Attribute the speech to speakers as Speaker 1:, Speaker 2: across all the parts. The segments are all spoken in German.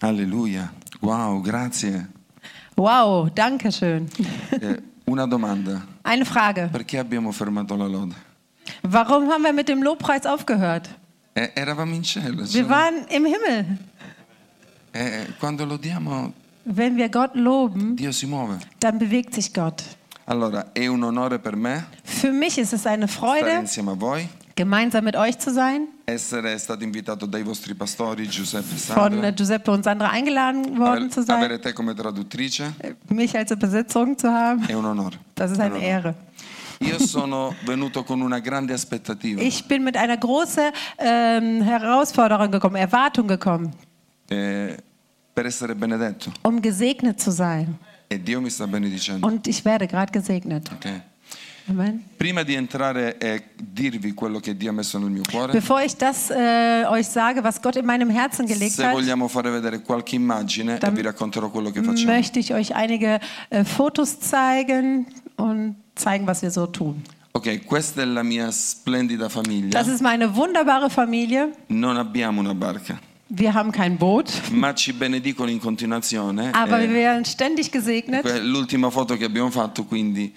Speaker 1: Alleluia. Wow, grazie.
Speaker 2: Wow, danke schön.
Speaker 1: Eh, una domanda.
Speaker 2: Eine Frage.
Speaker 1: Perché abbiamo fermato la lode?
Speaker 2: Warum haben wir mit dem Lobpreis aufgehört?
Speaker 1: Eh, eravamo in cielo.
Speaker 2: Wir
Speaker 1: cioè,
Speaker 2: waren im Himmel.
Speaker 1: eh, quando lodiamo
Speaker 2: Wenn wir Gott loben,
Speaker 1: Dio si muove.
Speaker 2: dann bewegt sich Gott.
Speaker 1: Allora, è un onore per me
Speaker 2: Für mich ist es eine
Speaker 1: stare
Speaker 2: Freude,
Speaker 1: insieme a voi,
Speaker 2: gemeinsam mit euch zu sein.
Speaker 1: essere stato invitato dai vostri pastori Giuseppe e
Speaker 2: Von
Speaker 1: Sandra,
Speaker 2: äh, Giuseppe und Sandra eingeladen worden
Speaker 1: aver-
Speaker 2: zu sein,
Speaker 1: avere te come traduttrice
Speaker 2: mich als Besetzung zu haben,
Speaker 1: è un onore.
Speaker 2: das ist eine Ehre.
Speaker 1: Io sono venuto con una grande aspettativa.
Speaker 2: Ich bin mit einer großen ähm, Herausforderung gekommen, Erwartung gekommen,
Speaker 1: eh, per essere benedetto
Speaker 2: um gesegnet zu sein.
Speaker 1: e Dio mi sta benedicendo.
Speaker 2: Und ich werde gerade gesegnet.
Speaker 1: Ok.
Speaker 2: Amen.
Speaker 1: Prima di entrare e dirvi quello che Dio ha messo nel mio cuore,
Speaker 2: Bevor ich das äh, euch sage, was Gott in meinem Herzen gelegt
Speaker 1: se
Speaker 2: hat,
Speaker 1: vogliamo fare vedere qualche immagine e vi racconterò quello che facciamo.
Speaker 2: möchte ich euch einige äh, Fotos zeigen und zeigen, was wir so tun.
Speaker 1: Ok, questa è la mia splendida famiglia.
Speaker 2: Das ist meine wunderbare Familie.
Speaker 1: Non abbiamo una barca,
Speaker 2: Wir haben kein Boot,
Speaker 1: ma ci benedicono in continuazione.
Speaker 2: aber
Speaker 1: Eh,
Speaker 2: wir werden ständig gesegnet.
Speaker 1: que- l'ultima foto che abbiamo fatto, quindi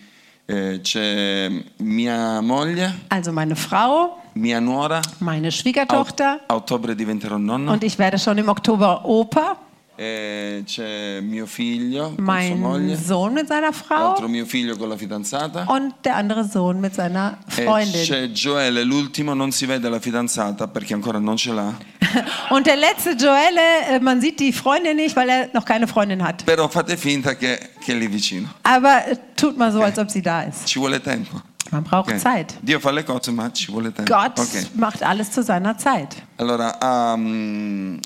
Speaker 1: eh, c'è mia moglie,
Speaker 2: Also meine Frau,
Speaker 1: mia nuora.
Speaker 2: meine
Speaker 1: A,
Speaker 2: Schwiegertochter
Speaker 1: a ottobre diventerò nonno.
Speaker 2: und ich werde schon im Oktober Opa.
Speaker 1: Eh, c'è mio figlio con sua
Speaker 2: Mein
Speaker 1: moglie,
Speaker 2: Sohn mit seiner
Speaker 1: l'altro
Speaker 2: Frau
Speaker 1: mio figlio con la fidanzata.
Speaker 2: und der andere Sohn mit seiner
Speaker 1: E
Speaker 2: Freundin.
Speaker 1: c'è Joele, l'ultimo, non si vede la fidanzata perché ancora non ce l'ha.
Speaker 2: Und der letzte Joelle, äh, man sieht die Freundin nicht, weil er noch keine Freundin hat.
Speaker 1: Però fate finta che, che è lì vicino.
Speaker 2: Aber äh, tut mal so, als ob sie da ist.
Speaker 1: Ci vuole tempo.
Speaker 2: Man braucht
Speaker 1: Ok.
Speaker 2: Zeit.
Speaker 1: Dio fa le cose, ma ci vuole tempo.
Speaker 2: Gott
Speaker 1: Ok.
Speaker 2: macht alles zu seiner Zeit.
Speaker 1: Allora, ehm,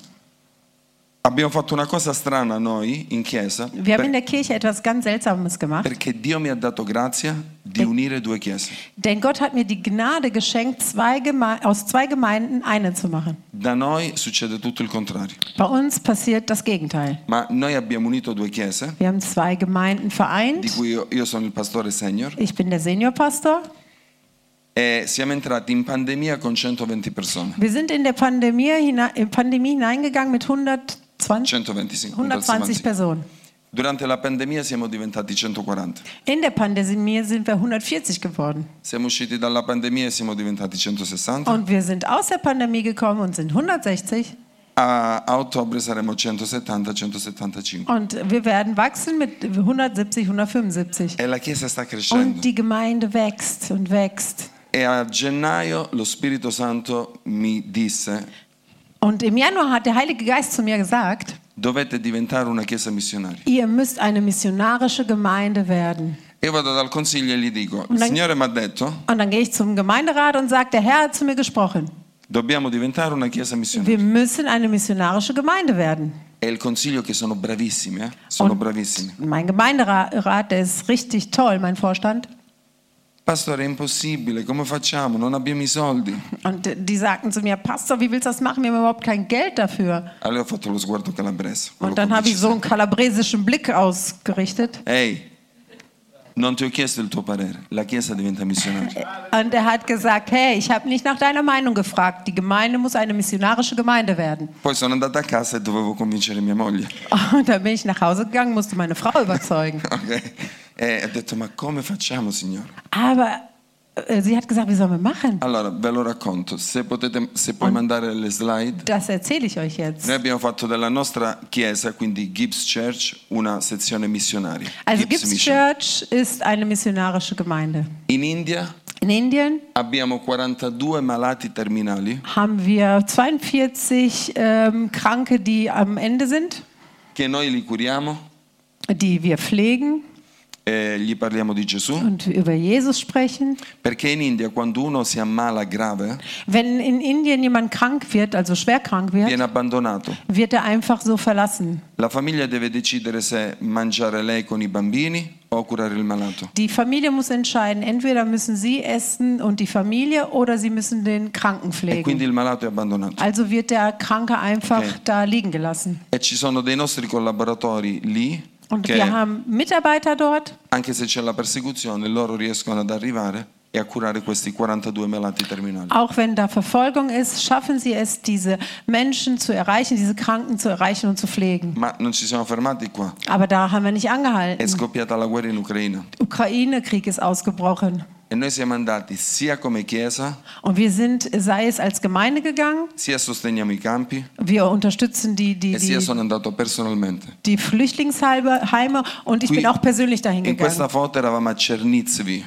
Speaker 1: abbiamo fatto una cosa strana noi in chiesa
Speaker 2: Wir haben
Speaker 1: per-
Speaker 2: in der Kirche etwas ganz Seltsames gemacht,
Speaker 1: perché Dio mi ha dato grazia di unire due chiese.
Speaker 2: denn Gott hat mir die Gnade geschenkt, zwei Geme aus zwei Gemeinden eine zu machen.
Speaker 1: Da noi succede tutto il contrario,
Speaker 2: Bei uns passiert das Gegenteil.
Speaker 1: ma noi abbiamo unito due chiese,
Speaker 2: Wir haben zwei Gemeinden
Speaker 1: di
Speaker 2: vereint.
Speaker 1: cui io, io sono il pastore senior,
Speaker 2: Ich bin der Seniorpastor.
Speaker 1: e siamo entrati in pandemia con 120 persone.
Speaker 2: Wir sind in der Pandemie, hinein, in Pandemie hineingegangen mit 120,
Speaker 1: 120, sì,
Speaker 2: 120 Personen.
Speaker 1: Durante la pandemia siamo diventati 140.
Speaker 2: In der Pandemie sind wir 140 geworden.
Speaker 1: Siamo usciti dalla pandemia e siamo diventati 160.
Speaker 2: Und wir sind aus der Pandemie gekommen und sind 160.
Speaker 1: A, a ottobre saremo 170-175.
Speaker 2: Und wir werden wachsen mit 170, 175.
Speaker 1: E la Chiesa sta crescendo.
Speaker 2: Und die Gemeinde wächst und wächst.
Speaker 1: E a gennaio lo Spirito Santo mi disse,
Speaker 2: Und im Januar hat der Heilige Geist zu mir gesagt,
Speaker 1: dovete diventare una Chiesa missionaria.
Speaker 2: ihr müsst eine missionarische Gemeinde werden.
Speaker 1: Io vado dal consiglio e gli dico, il
Speaker 2: Una-
Speaker 1: Signore mi ha detto,
Speaker 2: Und dann gehe ich zum Gemeinderat und sage, der Herr hat zu mir gesprochen.
Speaker 1: dobbiamo diventare una Chiesa missionaria.
Speaker 2: Wir müssen eine missionarische Gemeinde werden.
Speaker 1: È il consiglio che sono bravissimi, eh? sono bravissimi.
Speaker 2: Mein Gemeinderat, der ist richtig toll, mein Vorstand.
Speaker 1: Pastore, è impossibile, come facciamo? Non abbiamo i soldi.
Speaker 2: Und die sagten zu mir, Pastor, wie willst du das machen? Wir haben überhaupt kein Geld dafür.
Speaker 1: Allora ho fatto lo sguardo calabrese. quello
Speaker 2: Und dann habe ich so
Speaker 1: complicissimo.
Speaker 2: einen kalabresischen Blick ausgerichtet.
Speaker 1: Ehi, non ti ho chiesto il tuo parere, la Chiesa diventa missionaria.
Speaker 2: Und er hat gesagt, hey, ich habe nicht nach deiner Meinung gefragt. Die Gemeinde muss eine missionarische Gemeinde werden.
Speaker 1: Poi sono andata a casa e dovevo convincere mia moglie.
Speaker 2: Und dann bin ich nach Hause gegangen, musste meine Frau überzeugen.
Speaker 1: Ok? E ho detto, ma come facciamo signore?
Speaker 2: Aber äh, sie hat gesagt, wie sollen wir machen?
Speaker 1: Allora, ve lo racconto, se, potete, se puoi mandare le slide.
Speaker 2: Das erzähle ich euch jetzt.
Speaker 1: Noi abbiamo fatto della nostra chiesa, quindi Gibbs Church, una sezione missionaria.
Speaker 2: Also
Speaker 1: Gibbs
Speaker 2: Gibbs
Speaker 1: Mission.
Speaker 2: Church ist eine missionarische Gemeinde.
Speaker 1: In India
Speaker 2: In Indien
Speaker 1: abbiamo 42 malati terminali
Speaker 2: haben wir 42 ähm, Kranke, die am Ende sind,
Speaker 1: che noi li curiamo,
Speaker 2: die wir pflegen
Speaker 1: eh, gli parliamo di Gesù,
Speaker 2: und über Jesus sprechen.
Speaker 1: perché in India quando uno si ammala grave
Speaker 2: Wenn in Indien jemand krank wird, also schwer krank wird,
Speaker 1: viene abbandonato.
Speaker 2: wird er einfach so verlassen.
Speaker 1: La famiglia deve decidere se mangiare lei con i bambini o curare il malato.
Speaker 2: Die Familie muss entscheiden, entweder müssen sie essen und die Familie oder sie müssen den Kranken
Speaker 1: E
Speaker 2: pflegen.
Speaker 1: quindi il malato è abbandonato.
Speaker 2: Also wird der Kranke einfach
Speaker 1: Okay.
Speaker 2: da liegen gelassen.
Speaker 1: E ci sono dei nostri collaboratori lì
Speaker 2: Und
Speaker 1: che
Speaker 2: wir haben Mitarbeiter dort,
Speaker 1: anche se c'è la persecuzione loro riescono ad arrivare e a curare questi 42 malati terminali.
Speaker 2: Auch wenn da Verfolgung ist, schaffen sie es, diese Menschen zu erreichen, diese Kranken zu erreichen und zu pflegen.
Speaker 1: Ma non ci siamo fermati qua.
Speaker 2: Aber da haben wir nicht
Speaker 1: È
Speaker 2: angehalten.
Speaker 1: scoppiata la guerra in Ucraina
Speaker 2: Ukraine-Krieg ist ausgebrochen.
Speaker 1: e noi siamo andati sia come chiesa,
Speaker 2: Und wir sind, sei es als Gemeinde gegangen,
Speaker 1: sia sosteniamo i campi
Speaker 2: wir unterstützen die, die,
Speaker 1: e sia
Speaker 2: die,
Speaker 1: sono andato personalmente.
Speaker 2: die Flüchtlingsheime Heime und ich
Speaker 1: Qui-
Speaker 2: bin auch persönlich dahin
Speaker 1: In questa
Speaker 2: gegangen.
Speaker 1: foto eravamo a Cernizvi.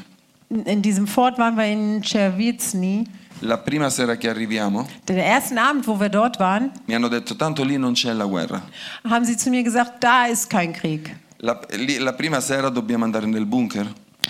Speaker 2: In, in diesem Fort waren wir in Czerwizny.
Speaker 1: La prima sera che arriviamo
Speaker 2: Den ersten Abend, wo wir dort waren,
Speaker 1: mi hanno detto tanto lì non c'è la guerra.
Speaker 2: haben sie zu mir gesagt, da ist kein Krieg.
Speaker 1: La, lì- la prima sera dobbiamo andare nel bunker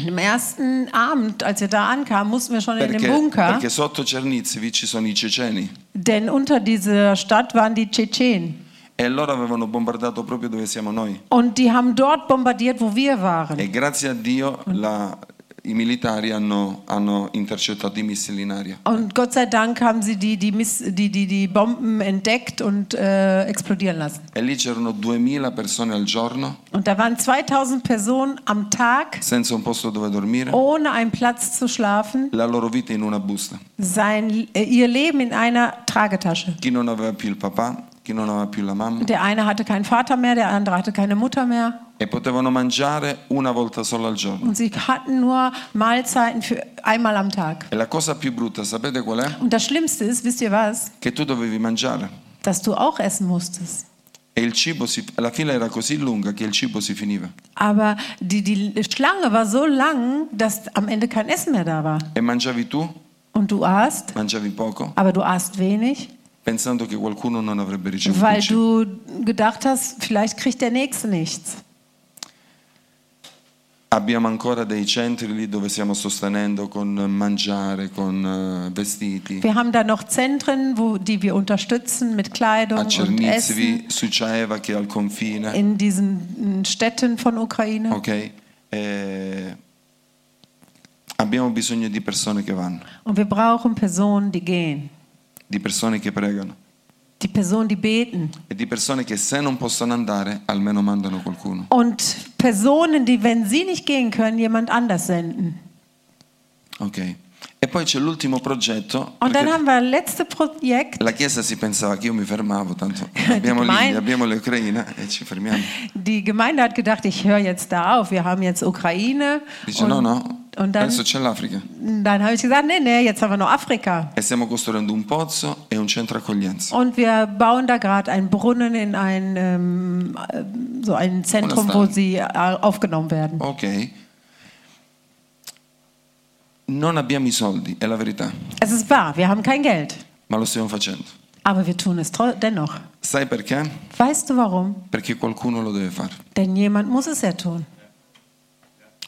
Speaker 2: Am ersten Abend, als wir da ankamen, mussten wir schon in den
Speaker 1: perché,
Speaker 2: Bunker,
Speaker 1: perché sotto Cernizvi ci sono i ceceni
Speaker 2: denn unter dieser Stadt waren die Tschetschenen.
Speaker 1: e loro avevano bombardato proprio dove siamo noi.
Speaker 2: Und die haben dort bombardiert, wo wir waren.
Speaker 1: E grazie a Dio la- i militari hanno, hanno intercettato i missili in aria.
Speaker 2: Und Gott sei Dank haben sie die, die, Miss, die, die, die Bomben entdeckt und äh, explodieren lassen.
Speaker 1: E lì c'erano 2000 persone al giorno
Speaker 2: Und da waren 2000 Personen am Tag
Speaker 1: senza un posto dove dormire,
Speaker 2: ohne einen Platz zu schlafen,
Speaker 1: la loro vita in una busta.
Speaker 2: sein, äh, ihr Leben in einer Tragetasche.
Speaker 1: Chi non aveva più il papà, chi non aveva più la mamma
Speaker 2: Der eine hatte keinen Vater mehr, der andere hatte keine Mutter mehr.
Speaker 1: e potevano mangiare una volta solo al giorno.
Speaker 2: Und sie hatten nur Mahlzeiten für einmal am Tag.
Speaker 1: E la cosa più brutta, sapete qual è?
Speaker 2: Und das Schlimmste ist, wisst ihr was?
Speaker 1: Che tu dovevi mangiare.
Speaker 2: Dass du auch essen musstest.
Speaker 1: E il cibo si, la fila era così lunga che il cibo si finiva.
Speaker 2: Aber die, die Schlange war so lang, dass am Ende kein Essen mehr da war.
Speaker 1: E mangiavi tu,
Speaker 2: Und du aßt,
Speaker 1: mangiavi poco,
Speaker 2: aber du aßt wenig,
Speaker 1: pensando che qualcuno non avrebbe ricevuto il
Speaker 2: weil
Speaker 1: cibo.
Speaker 2: du gedacht hast, vielleicht kriegt der Nächste nichts.
Speaker 1: Abbiamo ancora dei centri lì dove stiamo sostenendo con mangiare, con eh, vestiti.
Speaker 2: Wir haben da noch Zentren, wo, die wir unterstützen mit Kleidung
Speaker 1: A
Speaker 2: und Essen
Speaker 1: Cernizvi, Suciaeva che è al confine,
Speaker 2: in diesen Städten von Ukraine.
Speaker 1: ok? Eh, abbiamo bisogno di persone che vanno,
Speaker 2: Und wir brauchen Personen, die gehen.
Speaker 1: di persone che pregano
Speaker 2: Die Personen, die beten.
Speaker 1: e di persone che se non possono andare almeno mandano qualcuno.
Speaker 2: Und Personen, die, wenn sie nicht gehen können, jemand anders senden.
Speaker 1: Ok. E poi c'è l'ultimo progetto.
Speaker 2: Und dann
Speaker 1: perché
Speaker 2: haben wir das letzte Projekt.
Speaker 1: La Chiesa si pensava che io mi fermavo, tanto abbiamo
Speaker 2: Mine.
Speaker 1: l'India, abbiamo l'Ucraina e ci fermiamo.
Speaker 2: Die Gemeinde hat gedacht, ich höre jetzt da auf. Wir haben jetzt Ukraine.
Speaker 1: Dice
Speaker 2: Und,
Speaker 1: no, no,
Speaker 2: und dann,
Speaker 1: adesso c'è l'Africa.
Speaker 2: dann habe ich gesagt, nee, nee, jetzt haben wir noch Afrika.
Speaker 1: E stiamo costruendo un pozzo e un centro accoglienza.
Speaker 2: Und wir bauen da gerade einen Brunnen in ein, ähm, äh, so ein Zentrum, wo
Speaker 1: Understand.
Speaker 2: sie äh, aufgenommen werden.
Speaker 1: Ok. Non abbiamo i soldi, è la verità,
Speaker 2: Es ist wahr, wir haben kein Geld.
Speaker 1: ma lo stiamo facendo.
Speaker 2: Aber wir tun es tro- dennoch.
Speaker 1: Sai perché?
Speaker 2: Weißt du warum?
Speaker 1: Perché qualcuno lo deve fare.
Speaker 2: Denn jemand muss es ja tun.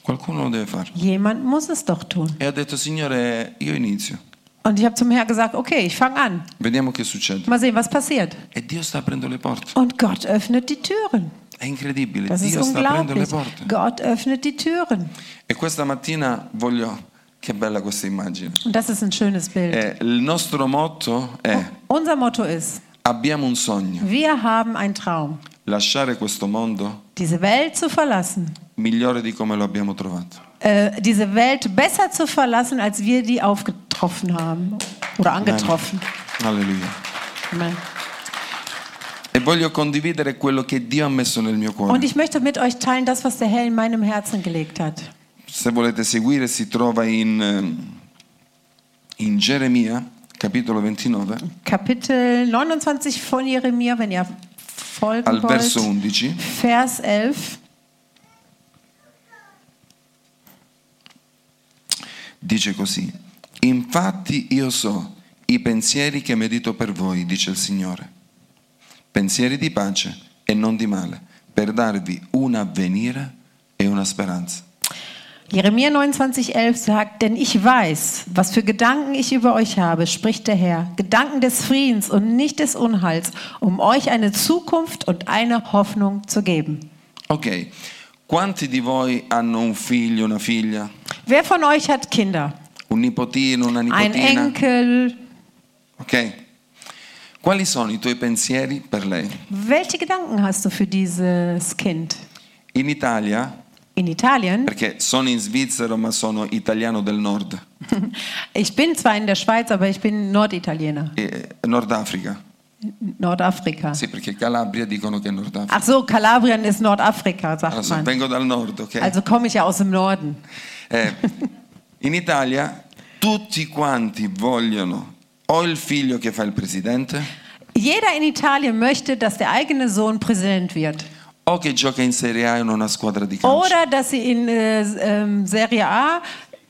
Speaker 1: Qualcuno lo deve fare.
Speaker 2: Jemand muss es doch tun.
Speaker 1: E ho detto, Signore, io inizio,
Speaker 2: Und ich habe zum Herrn gesagt, okay, ich fange an.
Speaker 1: vediamo che succede.
Speaker 2: Mal sehen, was passiert.
Speaker 1: E Dio sta aprendo le porte.
Speaker 2: Und Gott öffnet die Türen.
Speaker 1: È incredibile,
Speaker 2: Das ist
Speaker 1: Dio sta aprendo le
Speaker 2: unglaublich.
Speaker 1: porte.
Speaker 2: Gott öffnet die Türen.
Speaker 1: E questa mattina voglio... Che bella questa immagine.
Speaker 2: Und das ist ein schönes Bild.
Speaker 1: Eh, il nostro motto è
Speaker 2: Unser Motto ist,
Speaker 1: abbiamo un sogno,
Speaker 2: wir haben einen Traum,
Speaker 1: lasciare questo mondo
Speaker 2: diese Welt zu verlassen.
Speaker 1: migliore di come lo abbiamo trovato.
Speaker 2: Äh, diese Welt besser zu verlassen, als wir die aufgetroffen haben. Oder angetroffen.
Speaker 1: Alleluia.
Speaker 2: Amen.
Speaker 1: E voglio condividere quello che Dio ha messo nel mio
Speaker 2: Und
Speaker 1: cuore.
Speaker 2: ich möchte mit euch teilen, das, was der Herr in meinem Herzen gelegt hat.
Speaker 1: Se volete seguire si trova in, eh, in Geremia, capitolo 29,
Speaker 2: Kapitel 29 von Jeremia, wenn ihr folgen
Speaker 1: al verso
Speaker 2: wollt.
Speaker 1: 11.
Speaker 2: Vers 11.
Speaker 1: Dice così, infatti io so i pensieri che medito per voi, dice il Signore, pensieri di pace e non di male, per darvi un avvenire e una speranza.
Speaker 2: Jeremia 29,11 sagt: Denn ich weiß, was für Gedanken ich über euch habe, spricht der Herr. Gedanken des Friedens und nicht des Unheils, um euch eine Zukunft und eine Hoffnung zu geben.
Speaker 1: Ok, quanti di voi hanno un figlio, una figlia,
Speaker 2: Wer von euch hat Kinder?
Speaker 1: un nipotino, una
Speaker 2: Ein
Speaker 1: nipotina?
Speaker 2: Enkel?
Speaker 1: Ok, quali sono i tuoi pensieri per lei?
Speaker 2: Welche Gedanken hast du für dieses Kind?
Speaker 1: In Italia
Speaker 2: in Italien.
Speaker 1: perché sono in Svizzera ma sono italiano del nord,
Speaker 2: Ich bin zwar in der Schweiz, aber ich bin Norditaliener,
Speaker 1: e- Nord Africa.
Speaker 2: Nordafrika.
Speaker 1: Sì, perché Calabria dicono che è Nord Africa.
Speaker 2: Ach so, Kalabrien ist Nordafrika, sagt
Speaker 1: Allora,
Speaker 2: man.
Speaker 1: vengo dal nord, ok?
Speaker 2: Also komme ich ja aus dem Norden.
Speaker 1: Eh, in Italia tutti quanti vogliono o il figlio che fa il presidente
Speaker 2: Jeder in Italien möchte, dass der eigene Sohn Präsident wird.
Speaker 1: o che gioca in Serie A in una squadra di calcio.
Speaker 2: Oder dass sie in äh, ähm, Serie A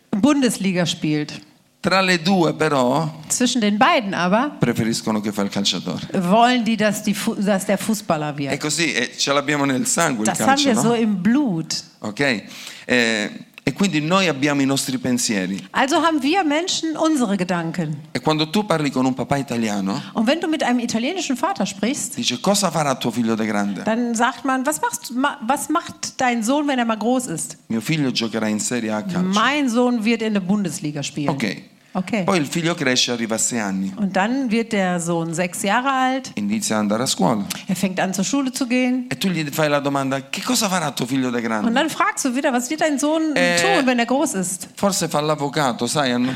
Speaker 2: Bundesliga spielt.
Speaker 1: Tra le due però
Speaker 2: Zwischen den beiden aber
Speaker 1: preferiscono che fa il calciatore.
Speaker 2: wollen die, dass, die Fu dass der Fußballer
Speaker 1: È
Speaker 2: wird.
Speaker 1: così, eh, ce l'abbiamo nel sangue il
Speaker 2: Das haben
Speaker 1: calcio,
Speaker 2: wir so
Speaker 1: no?
Speaker 2: im Blut.
Speaker 1: Ok? Eh, e quindi noi abbiamo i nostri pensieri.
Speaker 2: Also haben wir Menschen unsere Gedanken.
Speaker 1: E quando tu parli con un papà italiano,
Speaker 2: Und wenn du mit einem italienischen Vater sprichst,
Speaker 1: dice cosa farà tuo figlio da grande?
Speaker 2: dann sagt man, was, machst, du- ma- was macht dein Sohn, wenn er mal groß ist?
Speaker 1: Mio figlio giocherà in Serie A a calcio.
Speaker 2: Mein Sohn wird in der Bundesliga spielen.
Speaker 1: Ok.
Speaker 2: Okay.
Speaker 1: Poi il figlio cresce, arriva a sei anni,
Speaker 2: Und dann wird der Sohn sechs Jahre alt.
Speaker 1: inizia ad andare a scuola.
Speaker 2: Er fängt an, zur Schule zu gehen.
Speaker 1: E tu gli fai la domanda, che cosa farà tuo figlio da
Speaker 2: Und
Speaker 1: grande?
Speaker 2: dann fragst du wieder, was wird dein Sohn
Speaker 1: Äh.
Speaker 2: tun, wenn er groß ist?
Speaker 1: Forse fa l'avvocato, sai? hanno-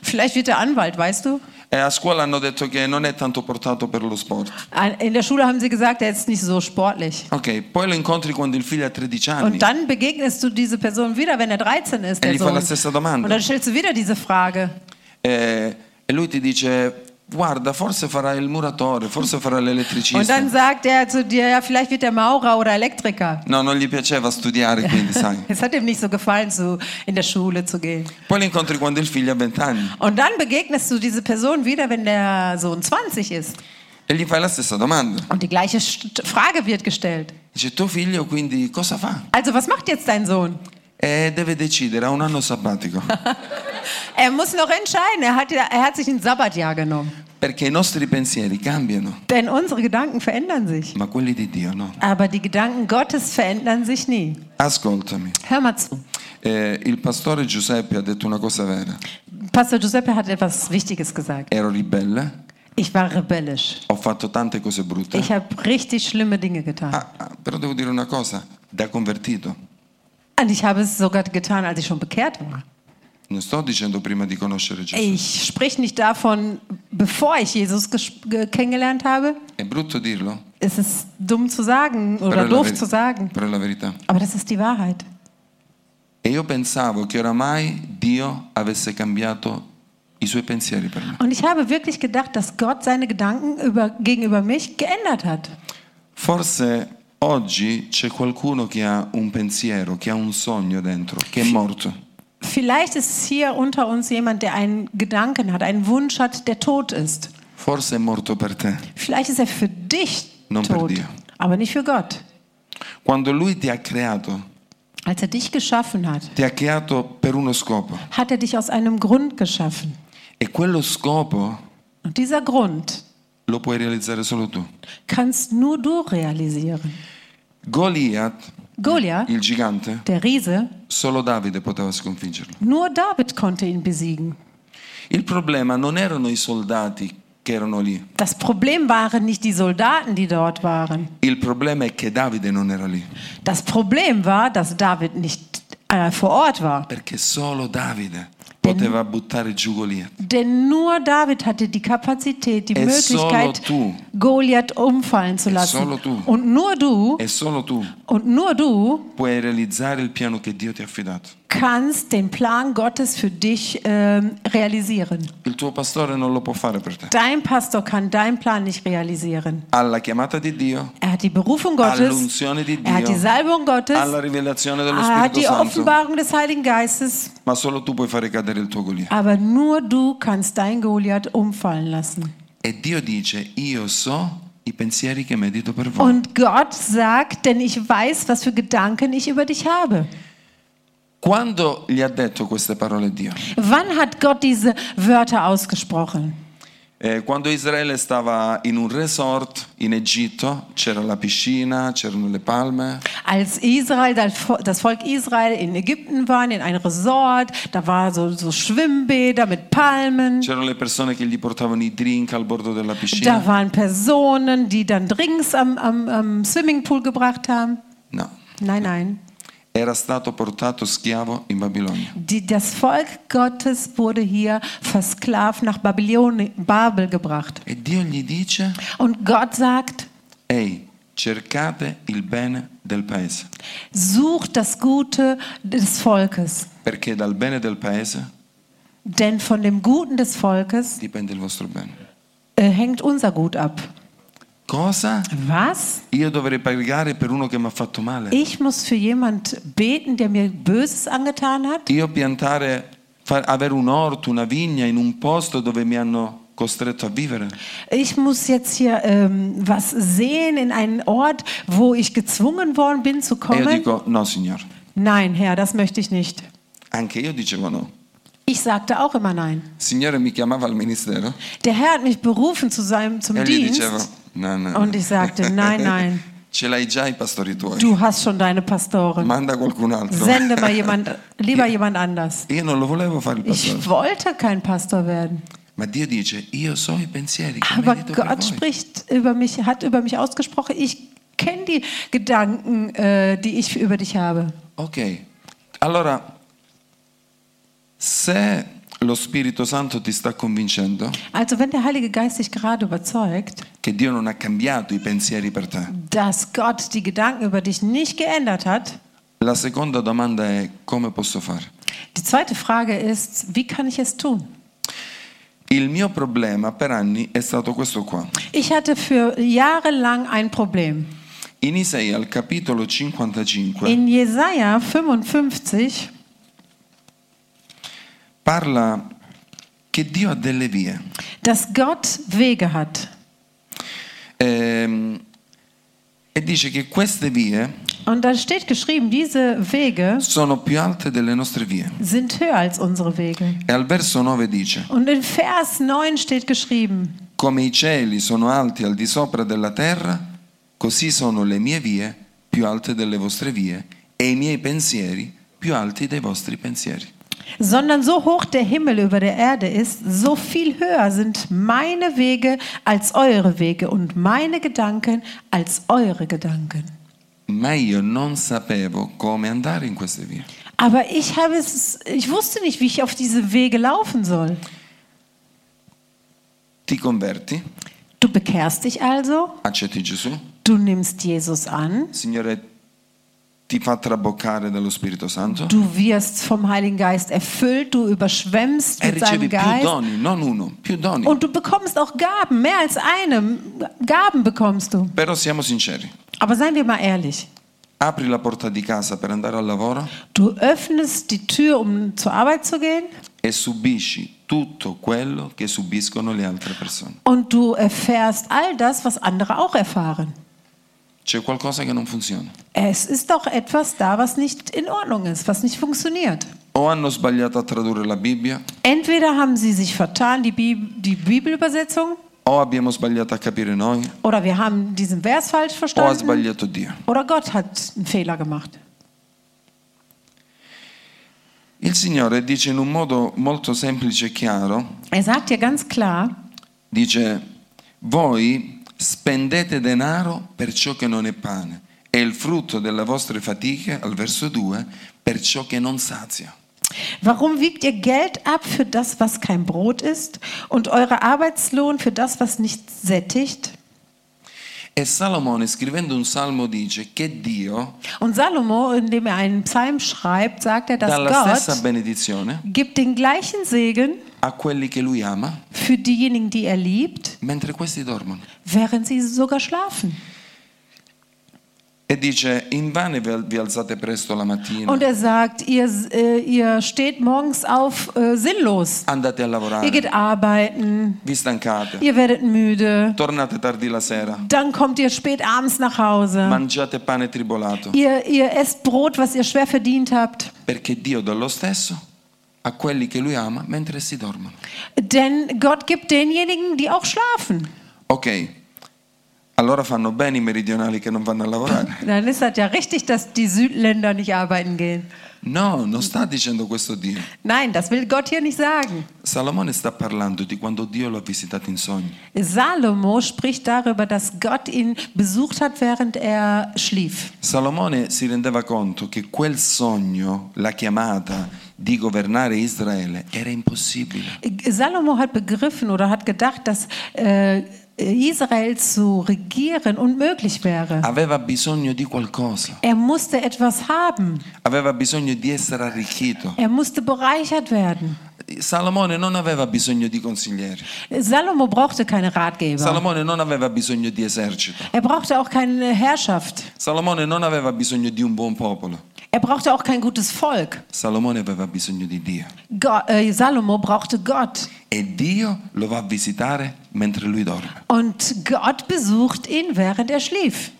Speaker 2: Vielleicht wird er Anwalt, weißt du?
Speaker 1: E a scuola hanno detto che non è tanto portato per lo sport.
Speaker 2: An- In der Schule haben sie gesagt, er ist nicht so sportlich.
Speaker 1: Ok, poi lo incontri quando il figlio ha 13 anni.
Speaker 2: Und dann begegnest du diese Person wieder, wenn er 13 ist,
Speaker 1: E
Speaker 2: der
Speaker 1: gli fa
Speaker 2: Sohn.
Speaker 1: la stessa domanda.
Speaker 2: Und dann stellst du wieder diese Frage.
Speaker 1: Eh, e lui ti dice guarda forse farà il muratore forse farà
Speaker 2: Und
Speaker 1: l'elettricista
Speaker 2: dann sagt er zu dir, ja, vielleicht wird er Maurer oder Elektriker.
Speaker 1: no non gli piaceva studiare quindi sai
Speaker 2: Es hat ihm nicht so gefallen, zu, in der Schule zu gehen.
Speaker 1: poi lo incontri quando il figlio ha 20 anni
Speaker 2: Und dann begegnest du diese Person wieder, wenn der Sohn 20 ist.
Speaker 1: e gli fai la stessa domanda
Speaker 2: Und die gleiche St- Frage wird gestellt.
Speaker 1: dice tuo figlio quindi cosa fa?
Speaker 2: Also, was macht jetzt dein Sohn?
Speaker 1: e deve decidere ha un anno sabbatico
Speaker 2: Er muss noch entscheiden. Er hat, ja- er hat sich ein Sabbatjahr genommen.
Speaker 1: perché i nostri pensieri cambiano
Speaker 2: Denn unsere Gedanken verändern sich.
Speaker 1: ma quelli di Dio no
Speaker 2: Aber die Gedanken Gottes verändern sich nie.
Speaker 1: ascoltami
Speaker 2: Hör mal zu.
Speaker 1: eh, il pastore Giuseppe ha detto una cosa vera
Speaker 2: Pastor Giuseppe hat etwas Wichtiges gesagt.
Speaker 1: ero ribelle
Speaker 2: Ich war rebellisch.
Speaker 1: ho fatto tante cose brutte
Speaker 2: Ich habe richtig schlimme Dinge getan.
Speaker 1: Ah, ah, però devo dire una cosa da convertito
Speaker 2: Und ich habe es sogar getan, als ich schon bekehrt war.
Speaker 1: Non sto dicendo prima di conoscere Gesù.
Speaker 2: Ich spreche nicht davon, bevor ich Jesus ges- ge- kennengelernt habe.
Speaker 1: È brutto dirlo,
Speaker 2: Es ist dumm zu sagen oder
Speaker 1: è la
Speaker 2: doof
Speaker 1: veri-
Speaker 2: zu sagen.
Speaker 1: però è la verità.
Speaker 2: Aber das ist die Wahrheit.
Speaker 1: E io pensavo che oramai Dio avesse cambiato i suoi pensieri per me.
Speaker 2: Und ich habe wirklich gedacht, dass Gott seine Gedanken über, gegenüber mich geändert hat.
Speaker 1: Forse oggi c'è qualcuno che ha un pensiero, che ha un sogno dentro, che è morto.
Speaker 2: Vielleicht ist hier unter uns jemand, der einen Gedanken hat, einen Wunsch hat, der tot ist.
Speaker 1: Forse è morto per te.
Speaker 2: Vielleicht ist er für dich
Speaker 1: Non per
Speaker 2: tot,
Speaker 1: Dio.
Speaker 2: aber nicht für Gott.
Speaker 1: Quando Lui ti ha creato,
Speaker 2: Als er dich geschaffen hat,
Speaker 1: ti ha creato per uno scopo.
Speaker 2: hat er dich aus einem Grund geschaffen.
Speaker 1: E quello scopo
Speaker 2: Und dieser Grund
Speaker 1: lo puoi realizzare solo tu.
Speaker 2: kannst nur du realisieren.
Speaker 1: Goliath,
Speaker 2: Goliath,
Speaker 1: il gigante,
Speaker 2: der Riese,
Speaker 1: solo Davide poteva sconfiggerlo.
Speaker 2: nur David konnte ihn besiegen.
Speaker 1: Il problema non erano i soldati che erano lì,
Speaker 2: Das Problem waren nicht die Soldaten, die dort waren.
Speaker 1: il problema è che Davide non era lì,
Speaker 2: Das Problem war, dass David nicht äh, vor Ort war.
Speaker 1: perché solo Davide poteva buttare giù Golia.
Speaker 2: Denn nur David hatte die Kapazität, die
Speaker 1: Es
Speaker 2: Möglichkeit,
Speaker 1: solo
Speaker 2: Goliath umfallen zu lassen.
Speaker 1: solo tu.
Speaker 2: Und nur du,
Speaker 1: E solo tu
Speaker 2: und nur du
Speaker 1: puoi realizzare il piano che Dio ti ha affidato.
Speaker 2: kannst den Plan Gottes für dich ähm, realisieren.
Speaker 1: Il tuo pastore non lo può fare per te.
Speaker 2: Dein Pastor kann deinen Plan nicht realisieren.
Speaker 1: Alla chiamata di Dio,
Speaker 2: Er hat die Berufung Gottes,
Speaker 1: all'unzione di
Speaker 2: er hat die
Speaker 1: Dio,
Speaker 2: Salbung Gottes,
Speaker 1: alla rivelazione dello
Speaker 2: er hat
Speaker 1: Spirito
Speaker 2: die
Speaker 1: Santo,
Speaker 2: Offenbarung des Heiligen Geistes.
Speaker 1: ma solo tu puoi fare cadere il tuo Golia.
Speaker 2: Aber nur du kannst dein Goliath umfallen lassen.
Speaker 1: E Dio dice, io so i pensieri che medito per voi.
Speaker 2: Und Gott sagt, denn ich weiß, was für Gedanken ich über dich habe.
Speaker 1: Quando gli ha detto queste parole Dio?
Speaker 2: Wann hat Gott diese Wörter ausgesprochen?
Speaker 1: Eh, quando Israele stava in un resort in Egitto, c'era la piscina, c'erano le palme,
Speaker 2: Als Israel, das Vo- das Volk Israel in Ägypten waren, in ein Resort, da waren so, so Schwimmbäder mit Palmen,
Speaker 1: c'erano le persone che gli portavano i drink al bordo della
Speaker 2: da
Speaker 1: piscina.
Speaker 2: waren Personen, die dann Drinks am, am, am Swimmingpool gebracht haben.
Speaker 1: No.
Speaker 2: Nein, nein.
Speaker 1: era stato portato schiavo in Babilonia.
Speaker 2: Die, das Volk Gottes wurde hier versklavt nach Babylon, Babel gebracht.
Speaker 1: E Dio gli dice,
Speaker 2: Und Gott sagt,
Speaker 1: ehi, cercate il bene del paese,
Speaker 2: sucht das Gute des Volkes,
Speaker 1: perché dal bene del paese
Speaker 2: denn von dem Guten des Volkes
Speaker 1: dipende il vostro bene.
Speaker 2: äh, hängt unser Gut ab.
Speaker 1: Cosa
Speaker 2: Was?
Speaker 1: io dovrei pagare per uno che mi ha fatto male?
Speaker 2: Ich muss für jemand beten, der mir Böses angetan hat?
Speaker 1: Io piantare, far- avere un orto, una vigna in un posto dove mi hanno costretto a vivere?
Speaker 2: Ich muss jetzt hier ähm, was sehen in einen Ort, wo ich gezwungen worden bin zu
Speaker 1: E io
Speaker 2: kommen?
Speaker 1: dico, no signore,
Speaker 2: Nein, Herr, das möchte ich nicht.
Speaker 1: anche io dicevo no.
Speaker 2: Ich sagte auch immer nein.
Speaker 1: Il Signore mi chiamava al ministero
Speaker 2: Der Herr hat mich berufen zu seinem, zum
Speaker 1: e gli
Speaker 2: Dienst.
Speaker 1: dicevo, no, no.
Speaker 2: Und ich sagte, nein, nein,
Speaker 1: Ce l'hai già i pastori tuoi.
Speaker 2: du hast schon deine Pastoren.
Speaker 1: Manda qualcun altro.
Speaker 2: Sende mal jemand, lieber jemand anders.
Speaker 1: Io non lo volevo fare il pastore.
Speaker 2: Ich wollte kein Pastor werden.
Speaker 1: Ma Dio dice, io so i pensieri che
Speaker 2: Aber
Speaker 1: medito per
Speaker 2: Gott
Speaker 1: voi.
Speaker 2: spricht über mich, hat über mich ausgesprochen, ich kenne die Gedanken, äh, die ich über dich habe.
Speaker 1: Ok, allora, se lo Spirito Santo ti sta convincendo
Speaker 2: Also wenn der Heilige Geist dich gerade überzeugt,
Speaker 1: che Dio non ha cambiato i pensieri per te,
Speaker 2: dass Gott die Gedanken über dich nicht geändert hat,
Speaker 1: la seconda domanda è come posso fare?
Speaker 2: die zweite Frage ist, wie kann ich es tun?
Speaker 1: Il mio problema per anni è stato questo qua.
Speaker 2: Ich hatte für jahrelang ein Problem.
Speaker 1: In Isaia al capitolo 55
Speaker 2: In Jesaja 55
Speaker 1: parla che Dio ha delle vie.
Speaker 2: dass Gott Wege hat.
Speaker 1: Ehm, e dice che queste vie
Speaker 2: Und da steht geschrieben, diese Wege
Speaker 1: sono più alte delle nostre vie.
Speaker 2: sind höher als unsere Wege.
Speaker 1: E al verso 9 dice,
Speaker 2: Und in Vers 9 steht geschrieben,
Speaker 1: come i cieli sono alti al di sopra della terra, così sono le mie vie più alte delle vostre vie e i miei pensieri più alti dei vostri pensieri.
Speaker 2: sondern so hoch der Himmel über der Erde ist, so viel höher sind meine Wege als eure Wege und meine Gedanken als eure Gedanken.
Speaker 1: Ma io non sapevo come andare in queste vie.
Speaker 2: Aber ich habe es, ich wusste nicht, wie ich auf diese Wege laufen soll.
Speaker 1: Ti converti,
Speaker 2: Du bekehrst dich also,
Speaker 1: accetti Gesù,
Speaker 2: du nimmst Jesus an,
Speaker 1: Signore ti fa traboccare dallo Spirito Santo
Speaker 2: du wirst vom Heiligen Geist erfüllt, du überschwemmst
Speaker 1: e
Speaker 2: mit
Speaker 1: ricevi più
Speaker 2: seinem Geist.
Speaker 1: doni, non uno, più doni.
Speaker 2: Und du bekommst auch Gaben, mehr als eine. Gaben bekommst du.
Speaker 1: Però siamo sinceri,
Speaker 2: Aber seien wir mal ehrlich.
Speaker 1: apri la porta di casa per andare al lavoro
Speaker 2: Du öffnest die Tür, um zur Arbeit zu gehen
Speaker 1: e subisci tutto quello che subiscono le altre persone.
Speaker 2: und du erfährst all das, was andere auch erfahren.
Speaker 1: C'è qualcosa che non funziona.
Speaker 2: Es ist doch etwas da, was nicht in Ordnung ist, was nicht funktioniert.
Speaker 1: O hanno sbagliato a tradurre la Bibbia,
Speaker 2: Entweder haben sie sich vertan, die, Bib die Bibelübersetzung,
Speaker 1: o abbiamo sbagliato a capire noi,
Speaker 2: oder wir haben diesen Vers falsch
Speaker 1: o ha
Speaker 2: verstanden,
Speaker 1: sbagliato Dio.
Speaker 2: oder Gott hat einen Fehler gemacht.
Speaker 1: Il Signore dice in un modo molto semplice e chiaro,
Speaker 2: Er sagt dir ganz klar,
Speaker 1: dice, voi spendete denaro per ciò che non è pane e il frutto delle vostre fatiche, al verso 2, per ciò che non sazia.
Speaker 2: Warum wiegt ihr Geld ab für das, was kein Brot ist, und eure Arbeitslohn für das, was nicht sättigt?
Speaker 1: E Salomone scrivendo un salmo dice che Dio
Speaker 2: Und Salomo, indem er einen Psalm schreibt, sagt er,
Speaker 1: dà la
Speaker 2: dass
Speaker 1: stessa
Speaker 2: Gott
Speaker 1: benedizione
Speaker 2: gibt den gleichen Segen
Speaker 1: a quelli che lui ama,
Speaker 2: für diejenigen, die er liebt,
Speaker 1: mentre questi dormono.
Speaker 2: während sie sogar schlafen.
Speaker 1: E dice, invano vi vi alzate presto la mattina,
Speaker 2: Und er sagt, ihr, äh, ihr steht morgens auf äh, sinnlos.
Speaker 1: andate a
Speaker 2: Ihr
Speaker 1: lavorare,
Speaker 2: geht arbeiten,
Speaker 1: vi stancate,
Speaker 2: ihr werdet müde,
Speaker 1: tornate tardi la sera,
Speaker 2: dann kommt ihr spät abends nach Hause.
Speaker 1: mangiate pane tribolato,
Speaker 2: Ihr, ihr esst Brot, was ihr schwer verdient habt.
Speaker 1: perché Dio dà lo stesso a quelli che lui ama mentre si dormono.
Speaker 2: Denn Gott gibt denjenigen, die auch schlafen.
Speaker 1: Ok, al allora fanno bene i meridionali che non vanno a lavorare.
Speaker 2: Dann ist das ja richtig, dass die Südländer nicht arbeiten gehen.
Speaker 1: No, non sta dicendo questo Dio.
Speaker 2: Nein, das will Gott hier nicht sagen.
Speaker 1: Salomone sta parlando di quando Dio lo ha visitato in sogni.
Speaker 2: Salomo spricht darüber, dass Gott ihn besucht hat, während er schlief.
Speaker 1: Salomone si rendeva conto che quel sogno, la chiamata di governare Israele, era impossibile.
Speaker 2: Salomo hat begriffen oder hat gedacht, dass äh, Israel zu regieren unmöglich wäre.
Speaker 1: Aveva bisogno di qualcosa,
Speaker 2: Er musste etwas haben.
Speaker 1: aveva bisogno di essere arricchito.
Speaker 2: Er musste bereichert werden.
Speaker 1: Salomone non aveva bisogno di consiglieri,
Speaker 2: Salomo brauchte keine Ratgeber.
Speaker 1: Salomone non aveva bisogno di esercito,
Speaker 2: Er brauchte auch keine Herrschaft.
Speaker 1: Salomone non aveva bisogno di un buon popolo,
Speaker 2: Er brauchte auch kein gutes Volk.
Speaker 1: Salomone aveva bisogno di Dio.
Speaker 2: Go äh, Salomo brauchte Gott.
Speaker 1: E Dio lo va a visitare mentre lui dorme.
Speaker 2: Und Gott besucht ihn, während er schlief.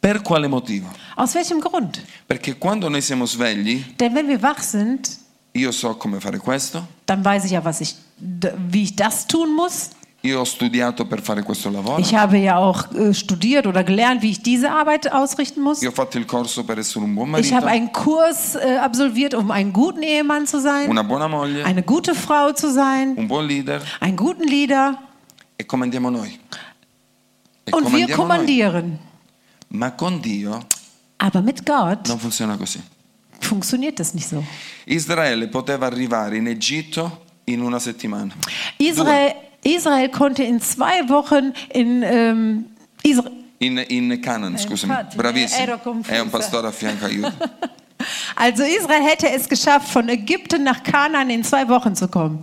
Speaker 1: Per quale motivo?
Speaker 2: Aus welchem Grund?
Speaker 1: Perché quando noi siamo svegli,
Speaker 2: Denn wenn wir wach sind,
Speaker 1: io so come fare questo,
Speaker 2: dann weiß ich ja, was ich, d- wie ich das tun muss.
Speaker 1: io ho studiato per fare questo lavoro,
Speaker 2: Ich habe ja auch äh, studiert oder gelernt, wie ich diese Arbeit ausrichten muss.
Speaker 1: io ho fatto il corso per essere un buon
Speaker 2: Ich habe
Speaker 1: marito,
Speaker 2: einen Kurs äh, absolviert, um einen guten Ehemann zu sein,
Speaker 1: una buona moglie,
Speaker 2: eine gute Frau zu sein,
Speaker 1: un buon leader
Speaker 2: einen guten Leader.
Speaker 1: e comandiamo noi. E
Speaker 2: Und
Speaker 1: comandiamo
Speaker 2: wir
Speaker 1: noi.
Speaker 2: kommandieren.
Speaker 1: Ma con Dio
Speaker 2: Aber mit Gott
Speaker 1: non funziona così.
Speaker 2: funktioniert das nicht so.
Speaker 1: Israele poteva arrivare in Egitto in una settimana.
Speaker 2: Israel, Israel konnte in zwei Wochen in ähm, Israel.
Speaker 1: In, in Canaan, scusami,
Speaker 2: Eh, infatti, ero
Speaker 1: bravissimo.
Speaker 2: confusa.
Speaker 1: È un pastore a fianco, aiuto.
Speaker 2: Also Israel hätte es geschafft, von Ägypten nach Kanaan in zwei Wochen zu kommen.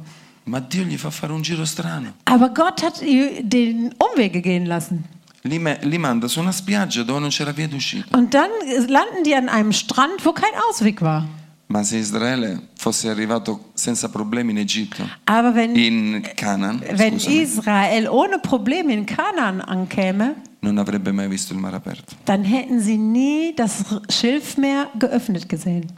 Speaker 1: Ma Dio gli fa fare un giro strano.
Speaker 2: Aber Gott hat ihr den Umwege gehen lassen.
Speaker 1: Li, me- li manda su una spiaggia dove non c'era via d'uscita.
Speaker 2: Und dann landen die an einem Strand, wo kein Ausweg war.
Speaker 1: Ma se Israele fosse arrivato senza problemi in Egitto,
Speaker 2: Aber wenn,
Speaker 1: in Canaan,
Speaker 2: wenn
Speaker 1: scusami,
Speaker 2: Israel ohne Probleme in Kanaan ankäme,
Speaker 1: non avrebbe mai visto il mare aperto.
Speaker 2: dann hätten sie nie das Schilfmeer geöffnet gesehen.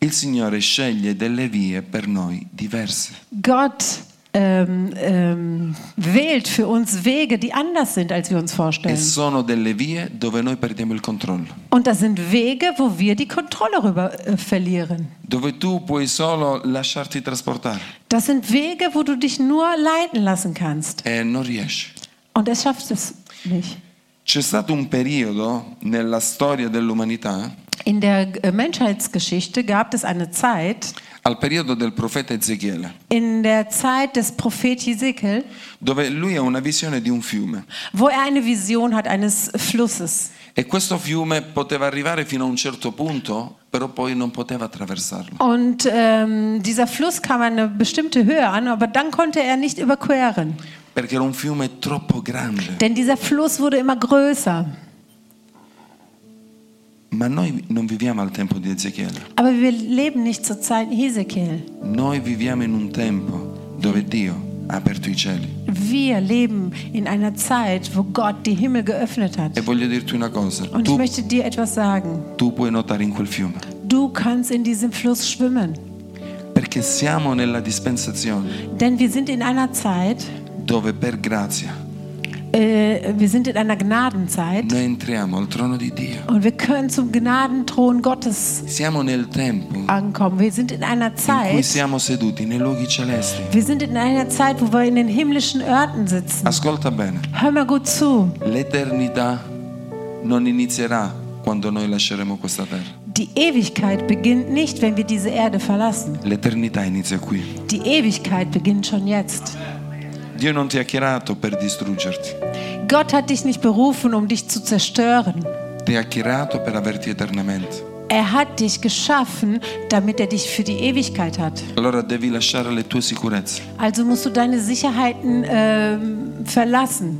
Speaker 1: Il Signore sceglie delle vie per noi diverse.
Speaker 2: Gott ähm, ähm, wählt für uns Wege, die anders sind, als wir uns
Speaker 1: E
Speaker 2: vorstellen.
Speaker 1: sono delle vie dove noi perdiamo il controllo.
Speaker 2: Und das sind Wege, wo wir die Kontrolle rüber äh, verlieren.
Speaker 1: Dove tu puoi solo lasciarti trasportare
Speaker 2: Das sind Wege, wo du dich nur leiten lassen kannst.
Speaker 1: e non riesci.
Speaker 2: Und es schafft es nicht.
Speaker 1: C'è stato un periodo nella storia dell'umanità,
Speaker 2: In der äh, Menschheitsgeschichte gab es eine Zeit,
Speaker 1: al periodo del profeta Ezechiele,
Speaker 2: in der Zeit des Prophet Jesekel,
Speaker 1: dove lui ha una visione di un fiume.
Speaker 2: wo er eine Vision hat eines Flusses.
Speaker 1: E questo fiume poteva arrivare fino a un certo punto, però poi non poteva attraversarlo.
Speaker 2: Und ähm, dieser Fluss kam eine bestimmte Höhe an, aber dann konnte er nicht überqueren.
Speaker 1: Perché era un fiume troppo grande.
Speaker 2: Denn dieser Fluss wurde immer größer.
Speaker 1: Ma noi non viviamo al tempo di Ezechiele.
Speaker 2: Aber wir leben nicht zur Zeit Hesekiel.
Speaker 1: Noi viviamo in un tempo dove Dio ha aperto i cieli.
Speaker 2: Wir leben in einer Zeit, wo Gott die Himmel geöffnet
Speaker 1: E
Speaker 2: hat.
Speaker 1: voglio dirti una cosa,
Speaker 2: Und ich
Speaker 1: tu,
Speaker 2: möchte dir etwas sagen.
Speaker 1: tu puoi nuotare in quel fiume.
Speaker 2: Du kannst in diesem Fluss schwimmen.
Speaker 1: Perché siamo nella dispensazione
Speaker 2: Denn wir sind in einer Zeit,
Speaker 1: dove per grazia
Speaker 2: äh, wir sind in einer Gnadenzeit.
Speaker 1: noi entriamo al trono di Dio.
Speaker 2: Und wir können zum Gnadenthron Gottes
Speaker 1: Siamo nel tempo
Speaker 2: ankommen. Wir sind in einer
Speaker 1: in cui
Speaker 2: Zeit,
Speaker 1: siamo seduti nei luoghi celesti.
Speaker 2: wir sind in einer Zeit, wo wir in den himmlischen Örten sitzen.
Speaker 1: Ascolta bene.
Speaker 2: Hör mal gut zu.
Speaker 1: L'eternità non inizierà quando noi lasceremo questa terra.
Speaker 2: Die Ewigkeit beginnt nicht, wenn wir diese Erde verlassen.
Speaker 1: L'eternità inizia qui.
Speaker 2: Die Ewigkeit beginnt schon jetzt.
Speaker 1: Dio non ti ha chiamato per distruggerti,
Speaker 2: Gott hat dich nicht berufen, um dich zu zerstören.
Speaker 1: ti ha chiamato per averti eternamente.
Speaker 2: Er hat dich geschaffen, damit er dich für die Ewigkeit hat.
Speaker 1: Allora devi lasciare le tue sicurezze.
Speaker 2: Also musst du deine Sicherheiten ähm, verlassen.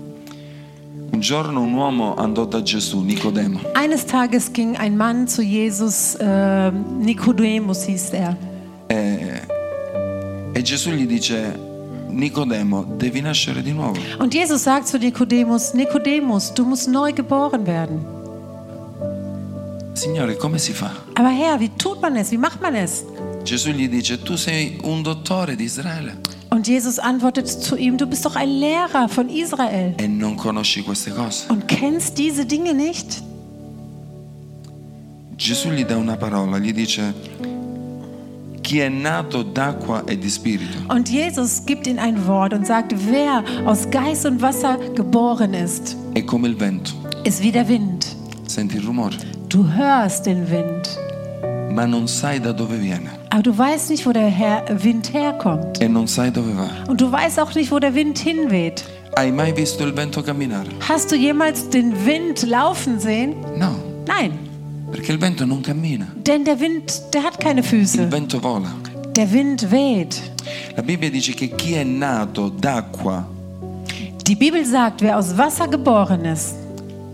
Speaker 1: Un giorno un uomo andò da Gesù, Nicodemo,
Speaker 2: Eines Tages ging ein Mann zu Jesus, ähm, Nikodemus hieß er.
Speaker 1: e Gesù gli dice, Nicodemo, devi nascere di nuovo.
Speaker 2: Und Jesus sagt zu Nikodemus, Nikodemus, du musst neu geboren werden.
Speaker 1: Signore, come si fa?
Speaker 2: Aber Herr, wie tut man es? Wie macht man es?
Speaker 1: Gesù gli dice, tu sei un dottore di Israele
Speaker 2: Und Jesus antwortet zu ihm, du bist doch ein Lehrer von Israel
Speaker 1: e non conosci queste cose.
Speaker 2: und kennst diese Dinge nicht.
Speaker 1: Gesù gli dà una parola, gli dice, chi è nato d'acqua e di spirito
Speaker 2: Und Jesus gibt ihm ein Wort und sagt, wer aus Geist und Wasser geboren ist,
Speaker 1: è come il vento,
Speaker 2: ist wie der Wind.
Speaker 1: senti il rumore,
Speaker 2: Du hörst den Wind,
Speaker 1: ma non sai da dove viene
Speaker 2: aber du weißt nicht, wo der Her Wind herkommt.
Speaker 1: e non sai dove va.
Speaker 2: Und du weißt auch nicht, wo der Wind hinweht.
Speaker 1: Hai mai visto il vento camminare?
Speaker 2: Hast du jemals den Wind laufen sehen?
Speaker 1: No,
Speaker 2: Nein,
Speaker 1: perché il vento non cammina,
Speaker 2: denn der Wind, der hat keine
Speaker 1: il
Speaker 2: Füße.
Speaker 1: vento vola.
Speaker 2: Der Wind weht.
Speaker 1: La Bibbia dice che chi è nato d'acqua
Speaker 2: Die Bibel sagt, wer aus Wasser geboren ist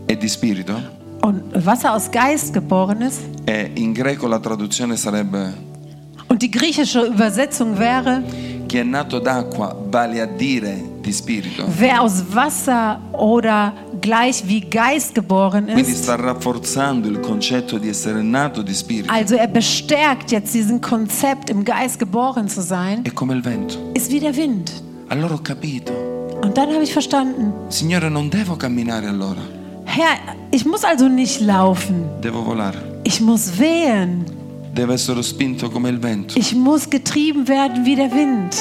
Speaker 1: e di spirito,
Speaker 2: und Wasser aus Geist geboren ist,
Speaker 1: e in greco la traduzione sarebbe
Speaker 2: und die griechische Übersetzung wäre,
Speaker 1: chi è nato d'acqua vale a dire di spirito,
Speaker 2: wer aus Wasser oder gleich wie Geist geboren
Speaker 1: quindi
Speaker 2: ist.
Speaker 1: sta rafforzando il concetto di essere nato di spirito.
Speaker 2: Also er bestärkt jetzt diesen Konzept, im Geist geboren zu sein,
Speaker 1: È come il vento.
Speaker 2: ist wie der Wind.
Speaker 1: Allora ho capito.
Speaker 2: Und dann habe ich verstanden,
Speaker 1: Signore, non devo camminare allora,
Speaker 2: Herr, ich muss also nicht laufen.
Speaker 1: devo volare.
Speaker 2: Ich muss wehen.
Speaker 1: Devo essere spinto come il vento.
Speaker 2: Ich muss getrieben werden wie der Wind.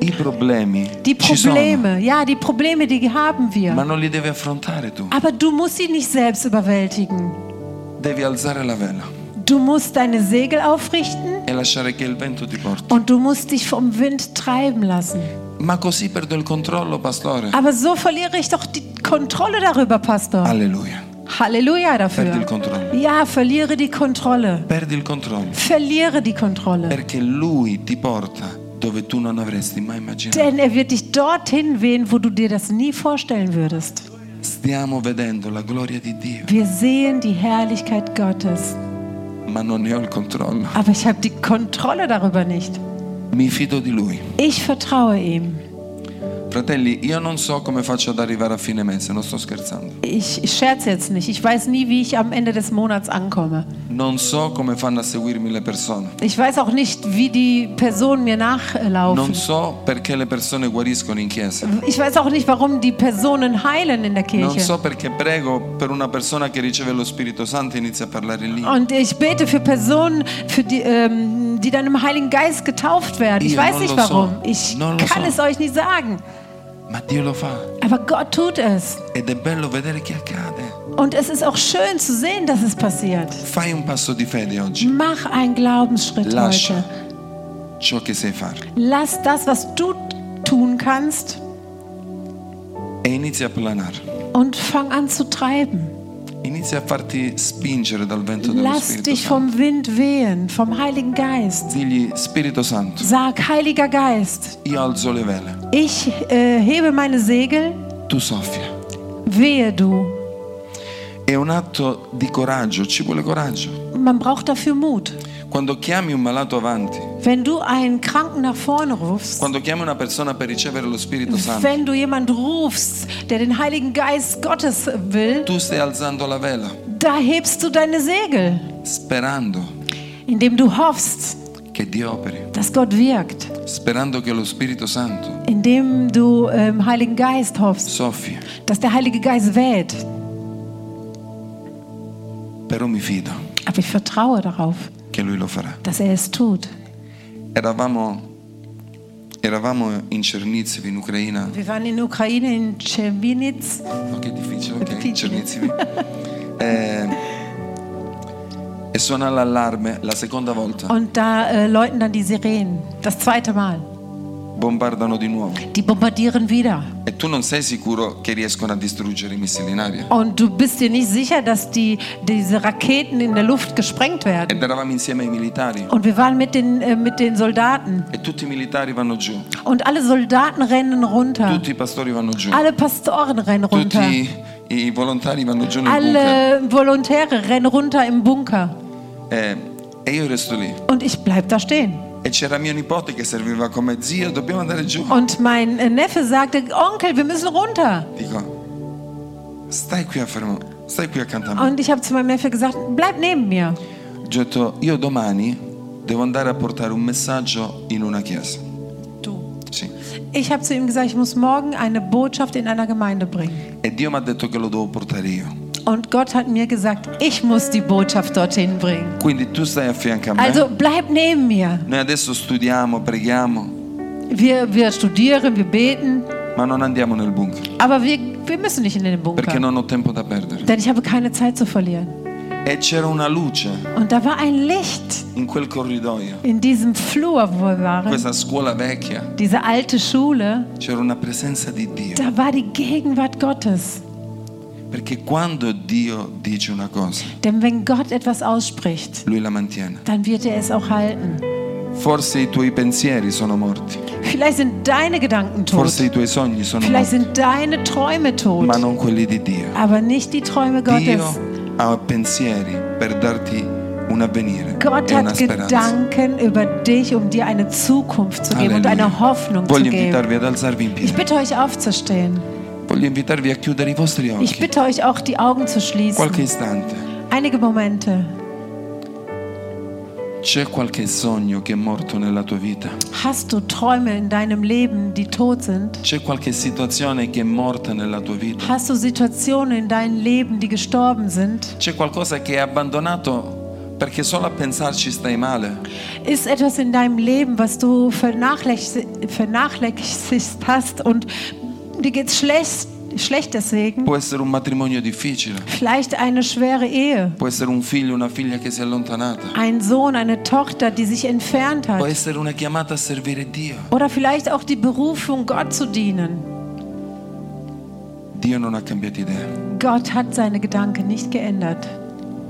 Speaker 1: I problemi
Speaker 2: Die
Speaker 1: ci sono,
Speaker 2: Probleme, ja, die Probleme, die haben
Speaker 1: ma
Speaker 2: wir.
Speaker 1: non li devi affrontare tu.
Speaker 2: Aber du musst sie nicht selbst überwältigen.
Speaker 1: Devi alzare la vela
Speaker 2: Du musst deine Segel aufrichten
Speaker 1: e lasciare che il vento ti porti.
Speaker 2: und du musst dich vom Wind treiben lassen.
Speaker 1: Ma così perdo il controllo, pastore.
Speaker 2: Aber so verliere ich doch die Kontrolle darüber, Pastor.
Speaker 1: Alleluia.
Speaker 2: Halleluja
Speaker 1: Perdi il
Speaker 2: dafür.
Speaker 1: controllo.
Speaker 2: Ja, verliere die Kontrolle.
Speaker 1: Perdi il controllo
Speaker 2: Verliere die Kontrolle.
Speaker 1: perché lui ti porta dove tu non avresti mai immaginato.
Speaker 2: Denn er wird dich dorthin wehen, wo du dir das nie vorstellen würdest.
Speaker 1: Stiamo vedendo la gloria di Dio,
Speaker 2: Wir sehen die Herrlichkeit Gottes,
Speaker 1: ma non ne ho il controllo.
Speaker 2: aber ich habe die Kontrolle darüber nicht.
Speaker 1: Mi fido di lui.
Speaker 2: Ich vertraue ihm.
Speaker 1: Fratelli, io non so come faccio ad arrivare a fine mese, non sto scherzando.
Speaker 2: Ich, ich scherze jetzt nicht. Ich weiß nie, wie ich am Ende des Monats ankomme.
Speaker 1: Non so come fanno a seguirmi le persone.
Speaker 2: Ich weiß auch nicht, wie die Personen mir
Speaker 1: Non
Speaker 2: nachlaufen.
Speaker 1: so perché le persone guariscono in chiesa.
Speaker 2: Ich weiß auch nicht, warum die Personen heilen in der
Speaker 1: Non
Speaker 2: Kirche.
Speaker 1: so perché prego per una persona che riceve lo Spirito Santo e inizia a parlare in lingua.
Speaker 2: Und ich bete für Personen, für die, ähm, die dann im Heiligen Geist getauft werden. Ich
Speaker 1: Ihr
Speaker 2: weiß
Speaker 1: non
Speaker 2: nicht
Speaker 1: lo so.
Speaker 2: warum. Ich
Speaker 1: Non lo
Speaker 2: kann
Speaker 1: so.
Speaker 2: es euch nicht sagen.
Speaker 1: Ma Dio lo fa.
Speaker 2: Aber Gott tut es.
Speaker 1: Ed è bello vedere che accade.
Speaker 2: Und es ist auch schön zu sehen, dass es passiert.
Speaker 1: Fai un passo di fede oggi.
Speaker 2: Mach einen Glaubensschritt
Speaker 1: Lascia
Speaker 2: heute.
Speaker 1: ciò che sai fare
Speaker 2: Lass das, was du tun kannst,
Speaker 1: e inizia a planare.
Speaker 2: und fang an zu treiben.
Speaker 1: Inizia a farti spingere dal vento dello
Speaker 2: Lass
Speaker 1: Spirito
Speaker 2: dich
Speaker 1: Santo.
Speaker 2: vom Wind wehen, vom Heiligen Geist.
Speaker 1: Digli Spirito Santo,
Speaker 2: Sag, Heiliger Geist,
Speaker 1: io alzo le vele,
Speaker 2: ich äh, hebe meine Segel,
Speaker 1: tu soffia.
Speaker 2: wehe du.
Speaker 1: È un atto di coraggio, ci vuole coraggio.
Speaker 2: Man braucht dafür Mut.
Speaker 1: Quando chiami un malato avanti,
Speaker 2: Wenn du einen Kranken nach vorne rufst,
Speaker 1: quando chiami una persona per ricevere lo Spirito Santo,
Speaker 2: wenn du jemanden rufst, der den Heiligen Geist Gottes will,
Speaker 1: tu stai alzando la vela
Speaker 2: da hebst du deine Segel,
Speaker 1: sperando
Speaker 2: indem du hoffst,
Speaker 1: che Dio operi,
Speaker 2: dass Gott wirkt,
Speaker 1: sperando che lo Spirito Santo
Speaker 2: indem du äh, im Heiligen Geist hoffst,
Speaker 1: soffia.
Speaker 2: dass der Heilige Geist weht.
Speaker 1: Però mi fido
Speaker 2: Aber ich vertraue darauf,
Speaker 1: che Lui lo farà.
Speaker 2: dass er es tut.
Speaker 1: Eravamo, eravamo in Cernizivi in Ucraina.
Speaker 2: Wir waren in der Ukraine, in Chemnitz.
Speaker 1: Oh, che difficile,
Speaker 2: È
Speaker 1: ok?
Speaker 2: difficile.
Speaker 1: Cernizivi. Eh, e suona l'allarme la seconda volta.
Speaker 2: Und da äh, läuten dann die Sirenen. Das zweite Mal.
Speaker 1: Bombardano di nuovo.
Speaker 2: Die bombardieren wieder.
Speaker 1: E tu non sei sicuro che riescono a distruggere i missili in aria.
Speaker 2: Und du bist dir nicht sicher, dass die, diese Raketen in der Luft gesprengt werden.
Speaker 1: Ed eravamo insieme ai militari.
Speaker 2: Und wir waren mit den, äh, mit den Soldaten.
Speaker 1: E tutti i militari vanno giù.
Speaker 2: Und alle Soldaten rennen runter.
Speaker 1: Tutti i pastori vanno giù.
Speaker 2: Alle Pastoren rennen runter.
Speaker 1: Tutti i, i volontari vanno giù nel bunker.
Speaker 2: Alle Volontäre rennen runter im Bunker.
Speaker 1: Eh, e io resto lì.
Speaker 2: Und ich bleib da stehen.
Speaker 1: E c'era mio nipote che serviva come zio, dobbiamo andare giù.
Speaker 2: Und mein äh, Neffe sagte, Onkel, wir müssen runter.
Speaker 1: Dico, stai qui a fermo, stai qui accanto a me.
Speaker 2: Und ich habe zu meinem Neffe gesagt, bleib neben mir.
Speaker 1: Gli ho detto, io domani devo andare a portare un messaggio in una chiesa.
Speaker 2: Du.
Speaker 1: Sì.
Speaker 2: Ich habe zu ihm gesagt, ich muss morgen eine Botschaft in einer Gemeinde bringen.
Speaker 1: E Dio mi ha detto che lo devo portare io.
Speaker 2: Und Gott hat mir gesagt, ich muss die Botschaft dorthin bringen.
Speaker 1: Quindi tu stai a fianco a me.
Speaker 2: Also bleib neben mir.
Speaker 1: Noi adesso studiamo, preghiamo,
Speaker 2: Wir, wir studieren, wir beten,
Speaker 1: ma non andiamo nel bunker
Speaker 2: aber wir, wir müssen nicht in den
Speaker 1: perché
Speaker 2: Bunker.
Speaker 1: non ho tempo da perdere.
Speaker 2: Denn ich habe keine Zeit zu verlieren.
Speaker 1: E c'era una luce
Speaker 2: Und da war ein Licht
Speaker 1: in quel corridoio,
Speaker 2: in diesem Flur, wo wir waren.
Speaker 1: questa scuola vecchia,
Speaker 2: Diese alte Schule,
Speaker 1: c'era una presenza di Dio.
Speaker 2: da war die Gegenwart Gottes.
Speaker 1: Perché quando Dio dice una cosa,
Speaker 2: Denn wenn Gott etwas ausspricht,
Speaker 1: Lui la mantiene.
Speaker 2: dann wird er es auch halten.
Speaker 1: Forse i tuoi pensieri sono morti,
Speaker 2: Vielleicht sind deine Gedanken
Speaker 1: forse
Speaker 2: tot.
Speaker 1: i tuoi sogni sono
Speaker 2: Vielleicht
Speaker 1: morti,
Speaker 2: sind deine Träume tot.
Speaker 1: ma non quelli di Dio.
Speaker 2: Aber nicht die Träume Gottes.
Speaker 1: Dio ha pensieri per darti un avvenire
Speaker 2: Gott
Speaker 1: e una
Speaker 2: hat
Speaker 1: speranza.
Speaker 2: Gedanken über dich, um dir eine Zukunft zu geben und
Speaker 1: Alleluia.
Speaker 2: eine Hoffnung zu
Speaker 1: Voglio
Speaker 2: geben.
Speaker 1: invitarvi ad alzarvi in
Speaker 2: Ich
Speaker 1: piedi.
Speaker 2: bitte euch aufzustehen.
Speaker 1: Voglio invitarvi a chiudere i vostri
Speaker 2: Ich
Speaker 1: occhi.
Speaker 2: bitte euch auch, die Augen zu schließen.
Speaker 1: Qualche istante.
Speaker 2: Einige Momente.
Speaker 1: C'è qualche sogno che è morto nella tua vita?
Speaker 2: Hast du Träume in deinem Leben, die tot sind?
Speaker 1: C'è qualche situazione che è morta nella tua vita?
Speaker 2: Hast du Situationen in deinem Leben, die gestorben sind?
Speaker 1: C'è qualcosa che è abbandonato perché solo a pensarci stai male?
Speaker 2: Ist etwas in deinem Leben, was du vernachlässig- vernachlässigt hast und dir geht's schlecht, schlecht deswegen?
Speaker 1: Può essere un matrimonio difficile,
Speaker 2: Vielleicht eine schwere Ehe,
Speaker 1: può essere un figlio, una figlia che si è allontanata,
Speaker 2: ein Sohn, eine Tochter, die sich entfernt
Speaker 1: può
Speaker 2: hat.
Speaker 1: essere una chiamata a servire Dio.
Speaker 2: Oder vielleicht auch die Berufung, Gott zu dienen.
Speaker 1: Dio non ha cambiato idea.
Speaker 2: Gott hat seine Gedanken nicht geändert.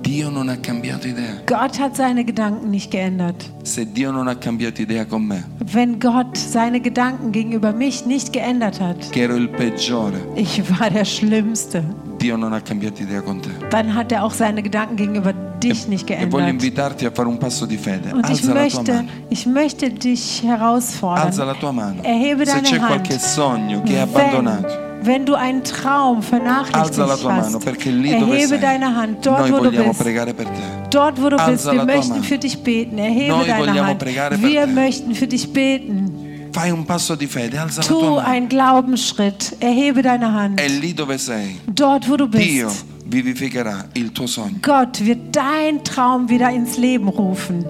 Speaker 1: Dio non ha cambiato idea.
Speaker 2: Gott hat seine Gedanken nicht geändert.
Speaker 1: Se Dio non ha cambiato idea con me,
Speaker 2: Wenn Gott seine Gedanken gegenüber mich nicht geändert hat,
Speaker 1: che ero il peggiore,
Speaker 2: ich war der Schlimmste,
Speaker 1: Dio non ha cambiato idea con te.
Speaker 2: dann hat er auch seine Gedanken gegenüber dich nicht
Speaker 1: E voglio
Speaker 2: geändert.
Speaker 1: invitarti a fare un passo di fede.
Speaker 2: Und ich
Speaker 1: Alza la tua
Speaker 2: möchte,
Speaker 1: mano.
Speaker 2: ich möchte dich
Speaker 1: Alza
Speaker 2: herausfordern.
Speaker 1: la tua mano.
Speaker 2: Erhebe
Speaker 1: Se
Speaker 2: deine
Speaker 1: c'è
Speaker 2: Hand.
Speaker 1: qualche sogno che è abbandonato,
Speaker 2: Wenn, wenn du einen Traum vernachlässigt
Speaker 1: alza la tua mano
Speaker 2: hast,
Speaker 1: perché lì dove
Speaker 2: erhebe
Speaker 1: sei,
Speaker 2: deine Hand dort,
Speaker 1: noi
Speaker 2: wo du
Speaker 1: vogliamo
Speaker 2: bist.
Speaker 1: pregare per te.
Speaker 2: Dort, wo du
Speaker 1: Alza
Speaker 2: bist,
Speaker 1: la
Speaker 2: wir
Speaker 1: tua mano.
Speaker 2: möchten für dich beten. Erhebe
Speaker 1: Noi
Speaker 2: deine
Speaker 1: vogliamo
Speaker 2: Hand.
Speaker 1: pregare per
Speaker 2: Wir
Speaker 1: te.
Speaker 2: möchten für dich beten.
Speaker 1: Fai un passo di fede, alza la
Speaker 2: Tu
Speaker 1: tua mano.
Speaker 2: einen Glaubensschritt. Erhebe deine Hand.
Speaker 1: È lì dove sei.
Speaker 2: Dort, wo du bist.
Speaker 1: Dio vivificherà il tuo sogno.
Speaker 2: Gott wird deinen Traum wieder ins Leben rufen.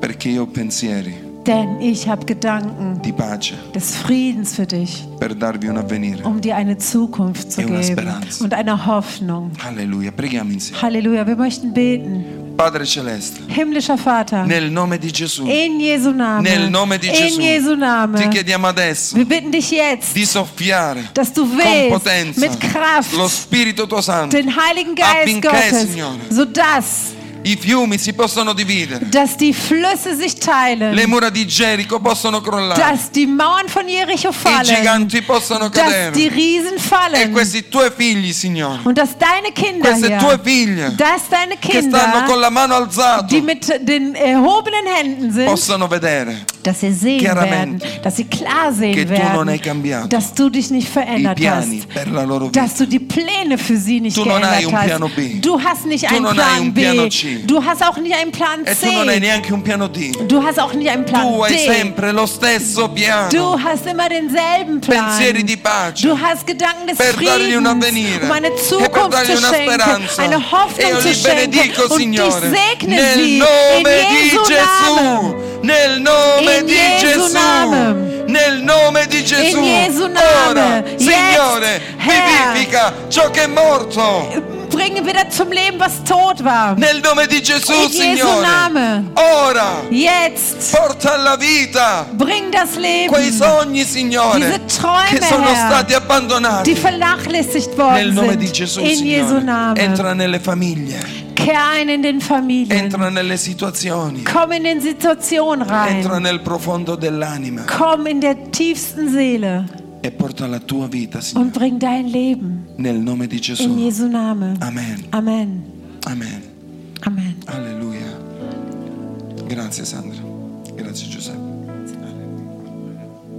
Speaker 1: Perché io ho pensieri
Speaker 2: Denn ich habe Gedanken
Speaker 1: di pace
Speaker 2: des Friedens für dich,
Speaker 1: per darvi un avvenire.
Speaker 2: um dir eine Zukunft zu
Speaker 1: E una
Speaker 2: geben
Speaker 1: speranza.
Speaker 2: und eine Hoffnung.
Speaker 1: Alleluia, preghiamo insieme.
Speaker 2: Halleluja, wir möchten beten.
Speaker 1: Padre Celeste,
Speaker 2: Himmlischer Vater,
Speaker 1: nel nome di Gesù,
Speaker 2: in Jesu Namen,
Speaker 1: Ne- nel nome di
Speaker 2: in
Speaker 1: Gesù,
Speaker 2: Jesu
Speaker 1: ti
Speaker 2: Namen,
Speaker 1: chiediamo adesso
Speaker 2: wir bitten dich jetzt,
Speaker 1: di soffiare
Speaker 2: dass du
Speaker 1: con
Speaker 2: willst,
Speaker 1: potenza
Speaker 2: mit Kraft,
Speaker 1: lo Spirito tuo Santo.
Speaker 2: den Heiligen Geist
Speaker 1: Affinché,
Speaker 2: Gottes,
Speaker 1: Signore,
Speaker 2: sodass
Speaker 1: I fiumi si possono dividere,
Speaker 2: dass die Flüsse sich teilen,
Speaker 1: le mura di Gerico possono crollare,
Speaker 2: dass die Mauern von Jericho
Speaker 1: Ah. i
Speaker 2: fallen,
Speaker 1: giganti possono
Speaker 2: dass die
Speaker 1: cadere.
Speaker 2: Riesen
Speaker 1: E
Speaker 2: fallen
Speaker 1: questi tuoi figli, Signore,
Speaker 2: und dass deine Kinder,
Speaker 1: queste tue
Speaker 2: hier,
Speaker 1: figlie
Speaker 2: dass deine
Speaker 1: che stanno
Speaker 2: Kinder,
Speaker 1: con la mano alzata
Speaker 2: die mit den erhobenen Händen sind,
Speaker 1: possano vedere
Speaker 2: dass sie sehen werden,
Speaker 1: chiaramente
Speaker 2: dass sie klar
Speaker 1: che
Speaker 2: sehen
Speaker 1: tu non hai
Speaker 2: werden,
Speaker 1: cambiato
Speaker 2: dass du dich nicht
Speaker 1: i
Speaker 2: verändert
Speaker 1: piani
Speaker 2: hast,
Speaker 1: per la loro vita.
Speaker 2: dass du die Pläne für sie nicht
Speaker 1: Tu non hai
Speaker 2: geändert
Speaker 1: un piano
Speaker 2: hast.
Speaker 1: B.
Speaker 2: Du hast nicht
Speaker 1: Tu
Speaker 2: einen
Speaker 1: non hai
Speaker 2: Plan
Speaker 1: un piano
Speaker 2: B.
Speaker 1: C.
Speaker 2: Du hast auch nicht einen Plan
Speaker 1: E tu non hai
Speaker 2: C.
Speaker 1: neanche un piano D.
Speaker 2: Du hast auch nicht einen Plan
Speaker 1: Tu hai
Speaker 2: D.
Speaker 1: sempre lo stesso piano.
Speaker 2: Du hast immer denselben
Speaker 1: Pensieri
Speaker 2: Plan.
Speaker 1: di pace.
Speaker 2: Du hast Gedanken des
Speaker 1: per dargli un
Speaker 2: Friedens,
Speaker 1: avvenire
Speaker 2: um eine
Speaker 1: e per
Speaker 2: Zukunft
Speaker 1: dargli
Speaker 2: zu
Speaker 1: una
Speaker 2: schenken,
Speaker 1: speranza.
Speaker 2: eine
Speaker 1: e io
Speaker 2: Hoffnung zu
Speaker 1: li benedico,
Speaker 2: schenken. Und ich
Speaker 1: Signore,
Speaker 2: segne
Speaker 1: nel
Speaker 2: sie in
Speaker 1: nome di
Speaker 2: Jesu Namen.
Speaker 1: Gesù, nel nome
Speaker 2: In
Speaker 1: di
Speaker 2: Jesu
Speaker 1: Gesù,
Speaker 2: Namen.
Speaker 1: nel nome di Gesù.
Speaker 2: Jesu
Speaker 1: Ora,
Speaker 2: Namen. Jetzt,
Speaker 1: Signore,
Speaker 2: Herr.
Speaker 1: vivifica ciò che è morto.
Speaker 2: Bringe wieder zum Leben, was tot war.
Speaker 1: Nel nome di Gesù,
Speaker 2: In Jesu
Speaker 1: Signore.
Speaker 2: Namen.
Speaker 1: Ora,
Speaker 2: Jetzt
Speaker 1: porta alla vita
Speaker 2: bring das Leben,
Speaker 1: quei sogni,
Speaker 2: diese
Speaker 1: Signore, che
Speaker 2: Träume,
Speaker 1: sono
Speaker 2: Herr,
Speaker 1: stati abbandonati.
Speaker 2: die vernachlässigt
Speaker 1: Nel
Speaker 2: worden
Speaker 1: nome di
Speaker 2: sind.
Speaker 1: Gesù,
Speaker 2: In Jesu
Speaker 1: Signore,
Speaker 2: Namen.
Speaker 1: entra nelle famiglie,
Speaker 2: Kehr ein in den Familien.
Speaker 1: entra nelle situazioni,
Speaker 2: Komm in den Situationen
Speaker 1: entra
Speaker 2: rein.
Speaker 1: nel profondo dell'anima
Speaker 2: Komm in der tiefsten Seele
Speaker 1: e porta la tua vita,
Speaker 2: und
Speaker 1: Signore,
Speaker 2: bring dein Leben.
Speaker 1: nel nome di
Speaker 2: In
Speaker 1: Gesù.
Speaker 2: Jesu Namen.
Speaker 1: Amen.
Speaker 2: Amen.
Speaker 1: Amen.
Speaker 2: Amen.
Speaker 1: Alleluia. Grazie Sandra. Grazie Giuseppe.